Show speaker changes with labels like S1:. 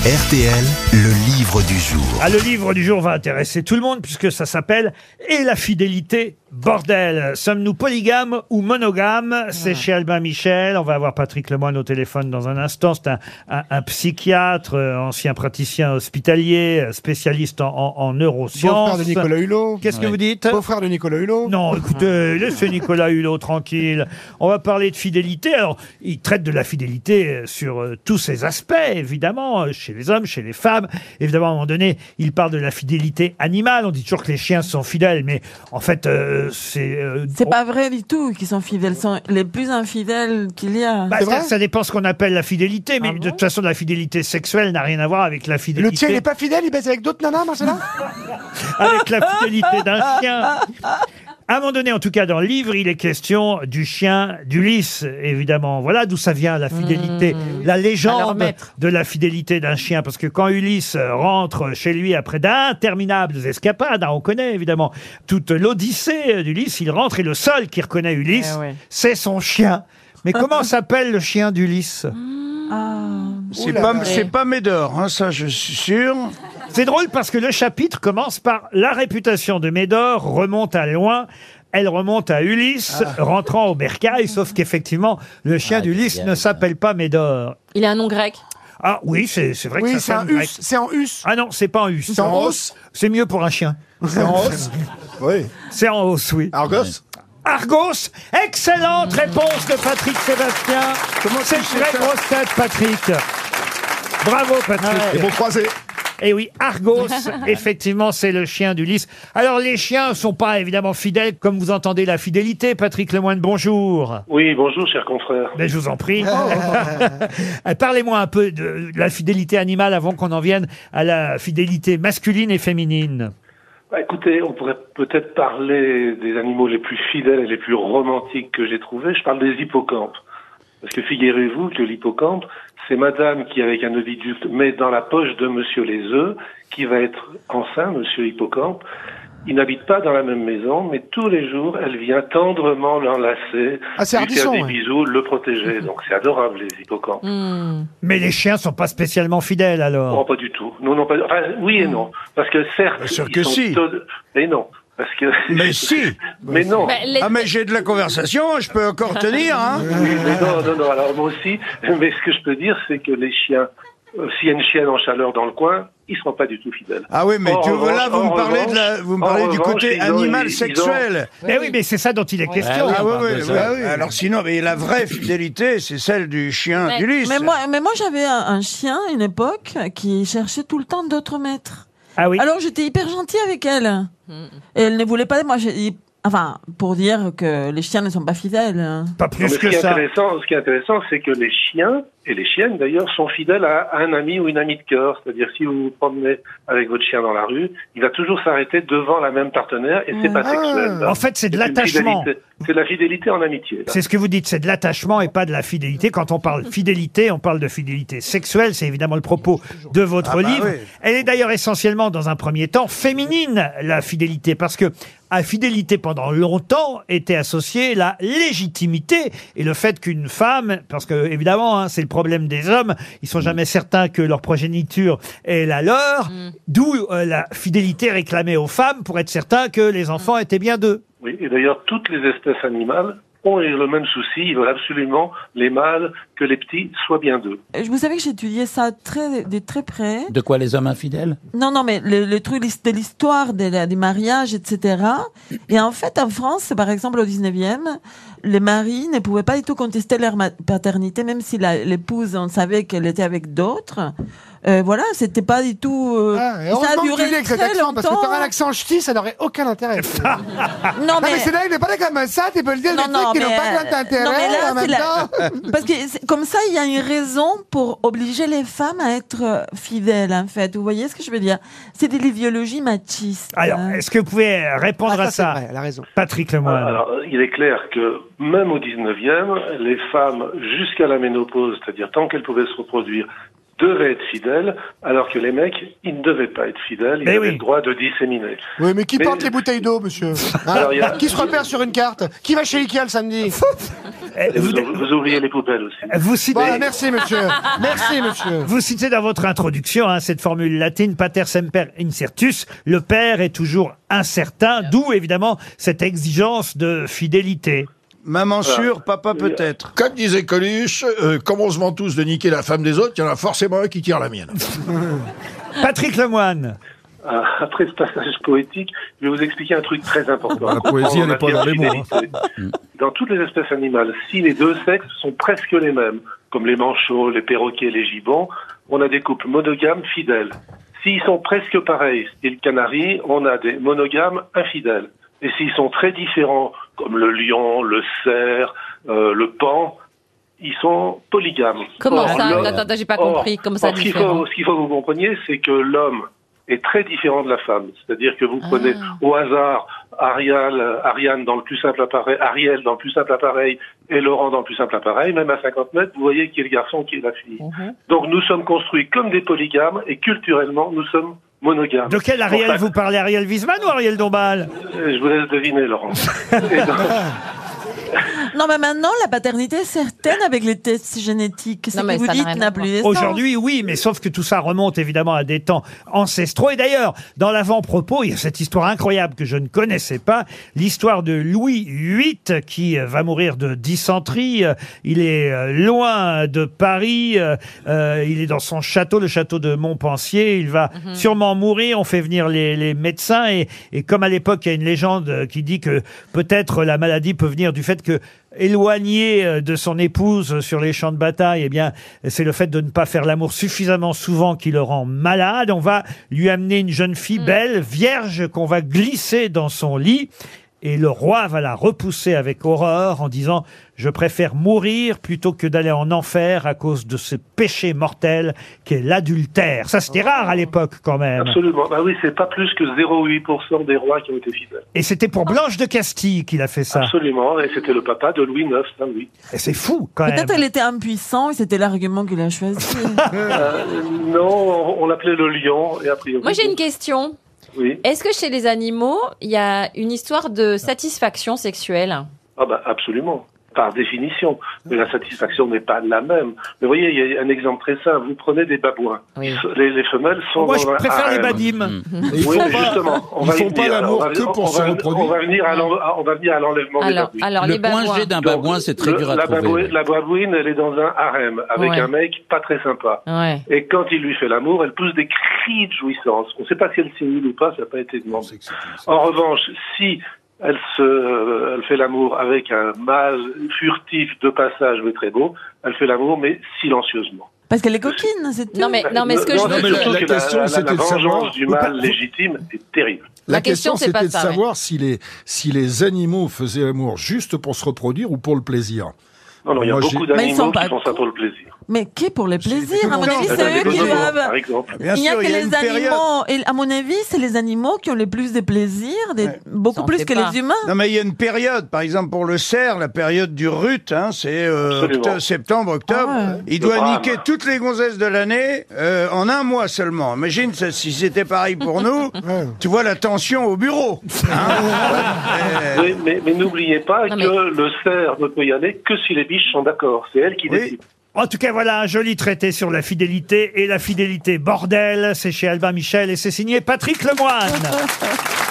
S1: RTL, le livre du jour.
S2: Ah, le livre du jour va intéresser tout le monde puisque ça s'appelle Et la fidélité, bordel. Sommes-nous polygames ou monogames C'est chez Albin Michel. On va avoir Patrick Lemoine au téléphone dans un instant. C'est un, un- un psychiatre, euh, ancien praticien hospitalier, euh, spécialiste en, en- en neurosciences.
S3: Beau-frère de Nicolas Hulot.
S2: Qu'est-ce que vous dites
S3: Beau-frère de Nicolas Hulot.
S2: non, écoutez, laissez Nicolas Hulot tranquille. On va parler de fidélité. Alors, il traite de la fidélité euh, sur euh, tous ses aspects, évidemment, euh, chez les hommes, chez les femmes. Évidemment, à un moment donné, il parle de la fidélité animale. On dit toujours que les chiens sont fidèles, mais en fait, euh, c'est... euh,
S4: C'est
S2: on-
S4: pas vrai du tout qu'ils sont fidèles. Ils sont les plus infidèles qu'il y a.
S2: Bah,
S3: C'est
S2: c'est-à-dire
S3: vrai
S2: que ça dépend ce qu'on appelle la fidélité, mais
S4: Ah
S2: de
S4: bon
S2: toute façon, la fidélité sexuelle n'a rien à voir avec la fidélité...
S3: Le tien, il est pas fidèle, il baise avec d'autres nanas, Marcella
S2: avec la fidélité d'un chien. À un moment donné, en tout cas, dans le livre, il est question du chien d'Ulysse, évidemment. Voilà d'où ça vient, la fidélité, la
S4: Alors,
S2: légende
S4: Mmh. maître.
S2: de la fidélité d'un chien. Parce que quand Ulysse rentre chez lui après d'interminables escapades, hein, on connaît évidemment toute l'odyssée d'Ulysse, il rentre et le seul qui reconnaît Ulysse,
S4: Eh ouais.
S2: c'est son chien. Mais comment s'appelle le chien d'Ulysse
S4: Ah.
S5: C'est
S3: Oula.
S5: pas, c'est pas Médor, hein, ça je suis sûr.
S2: C'est drôle parce que le chapitre commence par La réputation de Médor remonte à loin. Elle remonte à Ulysse, rentrant au bercail, sauf qu'effectivement, le chien d'Ulysse ne s'appelle pas Médor.
S6: Il a un nom grec.
S2: Ah oui, c'est c'est vrai que
S3: Oui,
S2: ça
S3: c'est un
S2: sonne grec.
S3: us. C'est en us.
S2: Ah non, c'est pas en us.
S3: C'est en os.
S2: C'est mieux pour un chien.
S3: C'est en os. Oui.
S2: C'est en os, oui.
S3: Argos.
S2: Argos, excellente réponse de Patrick Sébastien.
S5: Comment
S2: C'est
S5: tu sais
S2: une vraie
S5: ça
S2: grosse tête, Patrick. Bravo, Patrick.
S3: Et bon croisé.
S2: Et Eh oui, Argos, effectivement, c'est le chien d'Ulysse. Alors, les chiens sont pas évidemment fidèles, comme vous entendez la fidélité. Patrick Lemoine, bonjour.
S7: Oui, bonjour, cher confrère.
S2: Ben, je vous en prie. Parlez-moi un peu de la fidélité animale avant qu'on en vienne à la fidélité masculine et féminine.
S7: Bah, écoutez, on pourrait peut-être parler des animaux les plus fidèles et les plus romantiques que j'ai trouvés. Je parle des hippocampes. Parce que figurez-vous que l'hippocampe, c'est madame qui, avec un oviducte, met dans la poche de monsieur les œufs, qui va être enceinte, monsieur hippocampe. Ils n'habitent pas dans la même maison, mais tous les jours, elle vient tendrement l'enlacer,
S3: Ah, c'est
S7: lui faire
S3: Ardisson.
S7: des
S3: ouais.
S7: bisous, le protéger. Donc c'est adorable, les hippocampes.
S6: Hmm.
S2: Mais les chiens sont pas spécialement fidèles,
S7: Non,
S2: alors.
S7: pas du tout. Non, non, pas... enfin, oui et non. Parce que certes,
S5: Bien sûr
S7: ils
S5: que
S7: sont
S5: si.
S7: to- Mais non. Parce que...
S5: Mais si
S7: Mais non.
S6: Bah, les-
S5: Ah mais j'ai de la conversation, je peux encore te dire. Hein.
S7: Oui, mais non, non, non. Alors moi aussi, mais ce que je peux dire, c'est que les chiens, euh, s'il y a une chienne en chaleur dans le coin, ils seront pas du tout fidèles.
S5: Ah oui, mais
S7: En
S5: tu veux là, vous
S7: revanche-
S5: me parlez, de la, vous me
S7: en
S5: parlez du
S7: revanche,
S5: côté
S7: ils ont-
S5: animal
S7: ils- ils ont-
S5: sexuel.
S2: Mais Eh oui, mais c'est ça dont il est question.
S5: Ah oui, oui, oui. Alors sinon, mais la vraie fidélité, c'est celle du chien
S6: Ouais.
S5: d'Ulysse.
S4: Mais moi, mais moi j'avais un, un chien à une époque qui cherchait tout le temps d'autres maîtres.
S2: Ah oui.
S4: Alors j'étais hyper gentille avec elle.
S6: Hmm.
S4: Et elle ne voulait pas. Moi, j'ai- enfin, pour dire que les chiens ne sont pas fidèles. hein.
S2: Pas
S7: Non, mais
S2: plus
S7: ce,
S2: que
S7: qui est
S2: ça.
S7: intéressant, ce qui est intéressant, c'est que les chiens, et les chiennes d'ailleurs, sont fidèles à, à un ami ou une amie de cœur. C'est-à-dire, si vous vous promenez avec votre chien dans la rue, il va toujours s'arrêter devant la même partenaire, et c'est pas sexuel. ça.
S2: En fait, c'est de
S7: C'est une
S2: l'attachement.
S7: fidélité. C'est de la fidélité en amitié. là.
S2: C'est ce que vous dites, c'est de l'attachement et pas de la fidélité. Quand on parle fidélité, on parle de fidélité sexuelle, c'est évidemment le propos de votre
S5: Ah bah
S2: livre.
S5: oui.
S2: Elle est d'ailleurs essentiellement, dans un premier temps, féminine, la fidélité, parce que à fidélité pendant longtemps était associée la légitimité et le fait qu'une femme, parce que évidemment, hein, c'est le problème des hommes, ils sont
S3: Mm.
S2: jamais certains que leur progéniture est la leur,
S3: Mm.
S2: d'où euh, la fidélité réclamée aux femmes pour être certain que
S3: Mm.
S2: les enfants étaient bien d'eux.
S7: Oui, et d'ailleurs, toutes les espèces animales ont le même souci. Ils veulent absolument, les mâles, que les petits soient bien d'eux.
S4: Et Vous savez que j'ai étudié ça très, de très près.
S8: De quoi les hommes infidèles
S4: Non, non, mais le, le truc l'his- de l'histoire de la- des mariages, etc. Et en fait, en France, par exemple, au 19e, les maris ne pouvaient pas du tout contester leur ma- paternité, même si la- l'épouse, on savait qu'elle était avec d'autres. Euh, voilà, c'était pas du tout. euh,
S3: Ah, et heureusement que tu l'es avec cet accent, parce que t'aurais un accent ch'ti, ça n'aurait aucun intérêt. non,
S4: Non, mais.
S3: mais c'est là, il n'est pas là comme ça, tu peux le dire, des
S4: Non, non,
S3: trucs qui n'ont
S4: mais,
S3: pas grand
S4: euh,
S3: intérêt
S4: non, mais là,
S3: en
S4: c'est
S3: même
S4: la-
S3: temps.
S4: Parce que c'est- comme ça, il y a une raison pour obliger les femmes à être euh, fidèles, en fait. Vous voyez ce que je veux dire C'est de l'idéologie machiste.
S2: Alors,
S4: hein.
S2: est-ce que vous pouvez répondre
S3: Ah,
S2: à
S3: c'est
S2: bah, ça
S3: vrai, elle a raison.
S2: Patrick Lemoine.
S7: Alors, euh, il est clair que même au 19e, les femmes, jusqu'à la ménopause, c'est-à-dire tant qu'elles pouvaient se reproduire, devaient être fidèles, alors que les mecs, ils ne devaient pas être fidèles, ils
S2: Mais
S7: avaient
S2: oui.
S7: le droit de disséminer.
S3: Oui, mais qui
S7: Mais-
S3: porte les bouteilles d'eau, monsieur Hein
S7: Alors, il y a-
S3: Qui se repère sur une carte Qui va chez Ikea le samedi
S2: Eh,
S7: Vous,
S2: Vous,
S7: vous oubliez les poubelles aussi.
S2: vous citez...
S3: Voilà, merci, monsieur. Merci, monsieur.
S2: Vous citez dans votre introduction hein, cette formule latine pater semper incertus, le père est toujours incertain, d'où évidemment cette exigence de fidélité.
S5: Maman sûre, papa peut-être.
S6: Comme disait Coluche, euh, comme on se ment tous de niquer la femme des autres, il y en a forcément un qui tire la mienne.
S2: Patrick Lemoine,
S7: Euh, Après ce passage poétique, je vais vous expliquer un truc très important.
S6: La poésie, elle est pas dans les mots, hein.
S7: Dans toutes les espèces animales, si les deux sexes sont presque les mêmes, comme les manchots, les perroquets, les gibbons, on a des couples monogames fidèles. S'ils sont presque pareils, et le canari, on a des monogames infidèles. Et s'ils sont très différents, comme le lion, le cerf, euh, le pan, ils sont polygames.
S8: Comment
S7: Or,
S8: ça
S7: l'homme-
S8: Attends, attends, j'ai pas
S7: Or,
S8: compris. Comment ça hein.
S7: or, ce qu'il
S8: différent
S7: faut, ce qu'il faut que vous compreniez, c'est que l'homme est très différent de la femme. C'est-à-dire que vous prenez
S8: Ah.
S7: au hasard Ariel, Ariane dans le plus simple appareil, Ariel dans le plus simple appareil et Laurent dans le plus simple appareil, même à 50 mètres, vous voyez qui est le garçon, qui est la fille.
S8: Mhm.
S7: Donc nous sommes construits comme des polygames et culturellement nous sommes monogames.
S2: de quel
S7: Pour
S2: Ariel
S7: ça- euh,
S2: vous parlez Ariel Wiesman ou Ariel Dombal
S7: Je vous laisse deviner, Laurent. Et donc-
S4: Non, mais maintenant, la paternité est certaine avec les tests génétiques. Ce
S8: Non, mais
S4: que vous
S8: ça n'a
S4: dites
S8: rien à
S4: n'a
S8: voir.
S4: plus d'essence.
S2: Aujourd'hui, oui, mais sauf que tout ça remonte évidemment à des temps ancestraux. Et d'ailleurs, dans l'avant-propos, il y a cette histoire incroyable que je ne connaissais pas, l'histoire de Louis VIII qui euh, va mourir de dysenterie. Euh, Il est euh, loin de Paris, euh, euh, il est dans son château, le château de Montpensier. Il va sûrement mourir. On fait venir les, les médecins et, et comme à l'époque, il y a une légende euh, qui dit que peut-être la maladie peut venir du fait que éloigné euh, de son épouse euh, sur les champs de bataille, eh bien, c'est le fait de ne pas faire l'amour suffisamment souvent qui le rend malade. On va lui amener une jeune fille belle, vierge, qu'on va glisser dans son lit. Et le roi va la repousser avec horreur en disant « Je préfère mourir plutôt que d'aller en enfer à cause de ce péché mortel qu'est l'adultère. » Ça, c'était rare à l'époque quand même.
S7: absolument. Bah oui, c'est pas plus que 0,8% des rois qui ont été fidèles.
S2: Et c'était pour Blanche de Castille qu'il a fait ça.
S7: Absolument. Et c'était le papa de Louis IX, hein, oui.
S2: Et c'est fou quand même.
S4: Peut-être elle était impuissant et c'était l'argument qu'il a choisi.
S7: Euh, non, on on l'appelait le lion, et a priori.
S8: Moi, j'ai une question.
S7: Oui.
S8: Est-ce que chez les animaux, il y a une histoire de satisfaction sexuelle
S7: Ah, bah, absolument. Par définition. Mais la satisfaction n'est pas la même. Mais vous voyez, il y a un exemple très simple. Vous prenez des babouins.
S8: Oui.
S7: Les, les femelles sont.
S2: Moi, je
S7: dans un
S2: préfère les
S7: harem.
S2: badimes.
S6: Ils
S7: Oui,
S6: font
S7: mais justement. On
S6: ils
S7: va y
S6: font pas
S7: venir,
S6: l'amour
S7: on va-
S6: que
S7: on
S6: pour
S7: va-
S6: se reproduire.
S7: On va venir à l'en- on va venir à l'enlèvement des
S8: Alors,
S7: babouins.
S8: alors
S9: Le
S8: les
S9: point
S8: babouins.
S9: G d'un
S7: Donc,
S9: babouin, c'est très
S7: le-
S9: dur à
S7: la babouine-
S9: trouver.
S7: La babouine, elle est dans un harem avec
S8: Ouais.
S7: un mec pas très sympa.
S8: Ouais.
S7: Et quand il lui fait l'amour, elle pousse des cris de jouissance. On ne sait pas si elle simule ou pas, ça n'a pas été demandé. En revanche, si elle, se, euh, elle fait l'amour avec un mâle furtif de passage, mais très beau, elle fait l'amour, mais silencieusement.
S4: Parce qu'elle est coquine, c'est tout.
S8: Non, mais, non, mais ce que
S7: Non,
S8: je
S7: mais
S8: veux
S6: mais
S7: surtout
S6: la- la
S7: que
S6: question, c'était
S7: la
S6: de
S7: vengeance
S6: savoir-
S7: du mâle légitime est terrible.
S6: La,
S8: La question,
S6: question,
S8: c'est pas
S6: c'était de
S8: ça, ouais.
S6: savoir si, les, si les animaux faisaient l'amour juste pour se reproduire ou pour le plaisir.
S7: Non, non, il y a
S6: Moi, j'ai-
S7: beaucoup
S4: Mais ils sont
S7: d'animaux
S4: pas
S7: qui font ça pour le plaisir.
S4: Mais qui pour les plaisirs À mon
S6: Non,
S4: avis,
S6: mais
S7: Eh ben,
S4: c'est eux
S7: les
S4: qui
S7: bonobos,
S4: doivent.
S7: par exemple.
S5: Bien
S4: il n'y a
S5: sûr,
S4: que
S5: il y a
S4: les
S5: une période.
S4: animaux. Et à mon avis, c'est les animaux qui ont le plus de plaisir, des- beaucoup
S8: Ça, on
S4: plus
S8: sait
S4: que
S8: pas.
S4: les humains.
S5: Non mais il y a une période, par exemple pour le cerf, la période du rut, hein, c'est euh,
S7: Absolument.
S5: octo- septembre, octobre.
S4: Ah ouais.
S5: Il doit
S7: Le
S5: niquer
S7: drame.
S5: toutes les gonzesses de l'année euh, en un mois seulement. Imagine ça, si c'était pareil pour nous, tu vois la tension au bureau. hein. Euh,
S7: Oui, mais mais n'oubliez pas
S8: Non,
S7: que le cerf ne peut y aller que si les biches sont d'accord. C'est elle qui
S5: Oui.
S7: décide.
S2: En tout cas, voilà un joli traité sur la fidélité et la fidélité bordel. C'est chez Albin Michel et c'est signé Patrick Lemoine.